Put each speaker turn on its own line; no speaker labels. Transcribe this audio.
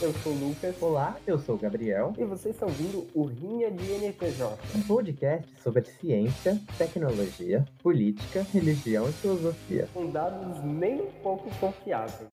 Eu sou o Lucas.
Olá, eu sou o Gabriel,
E você está ouvindo o Rinha de NPJ.
um podcast sobre ciência, tecnologia, política, religião e filosofia.
Com dados nem um pouco confiáveis.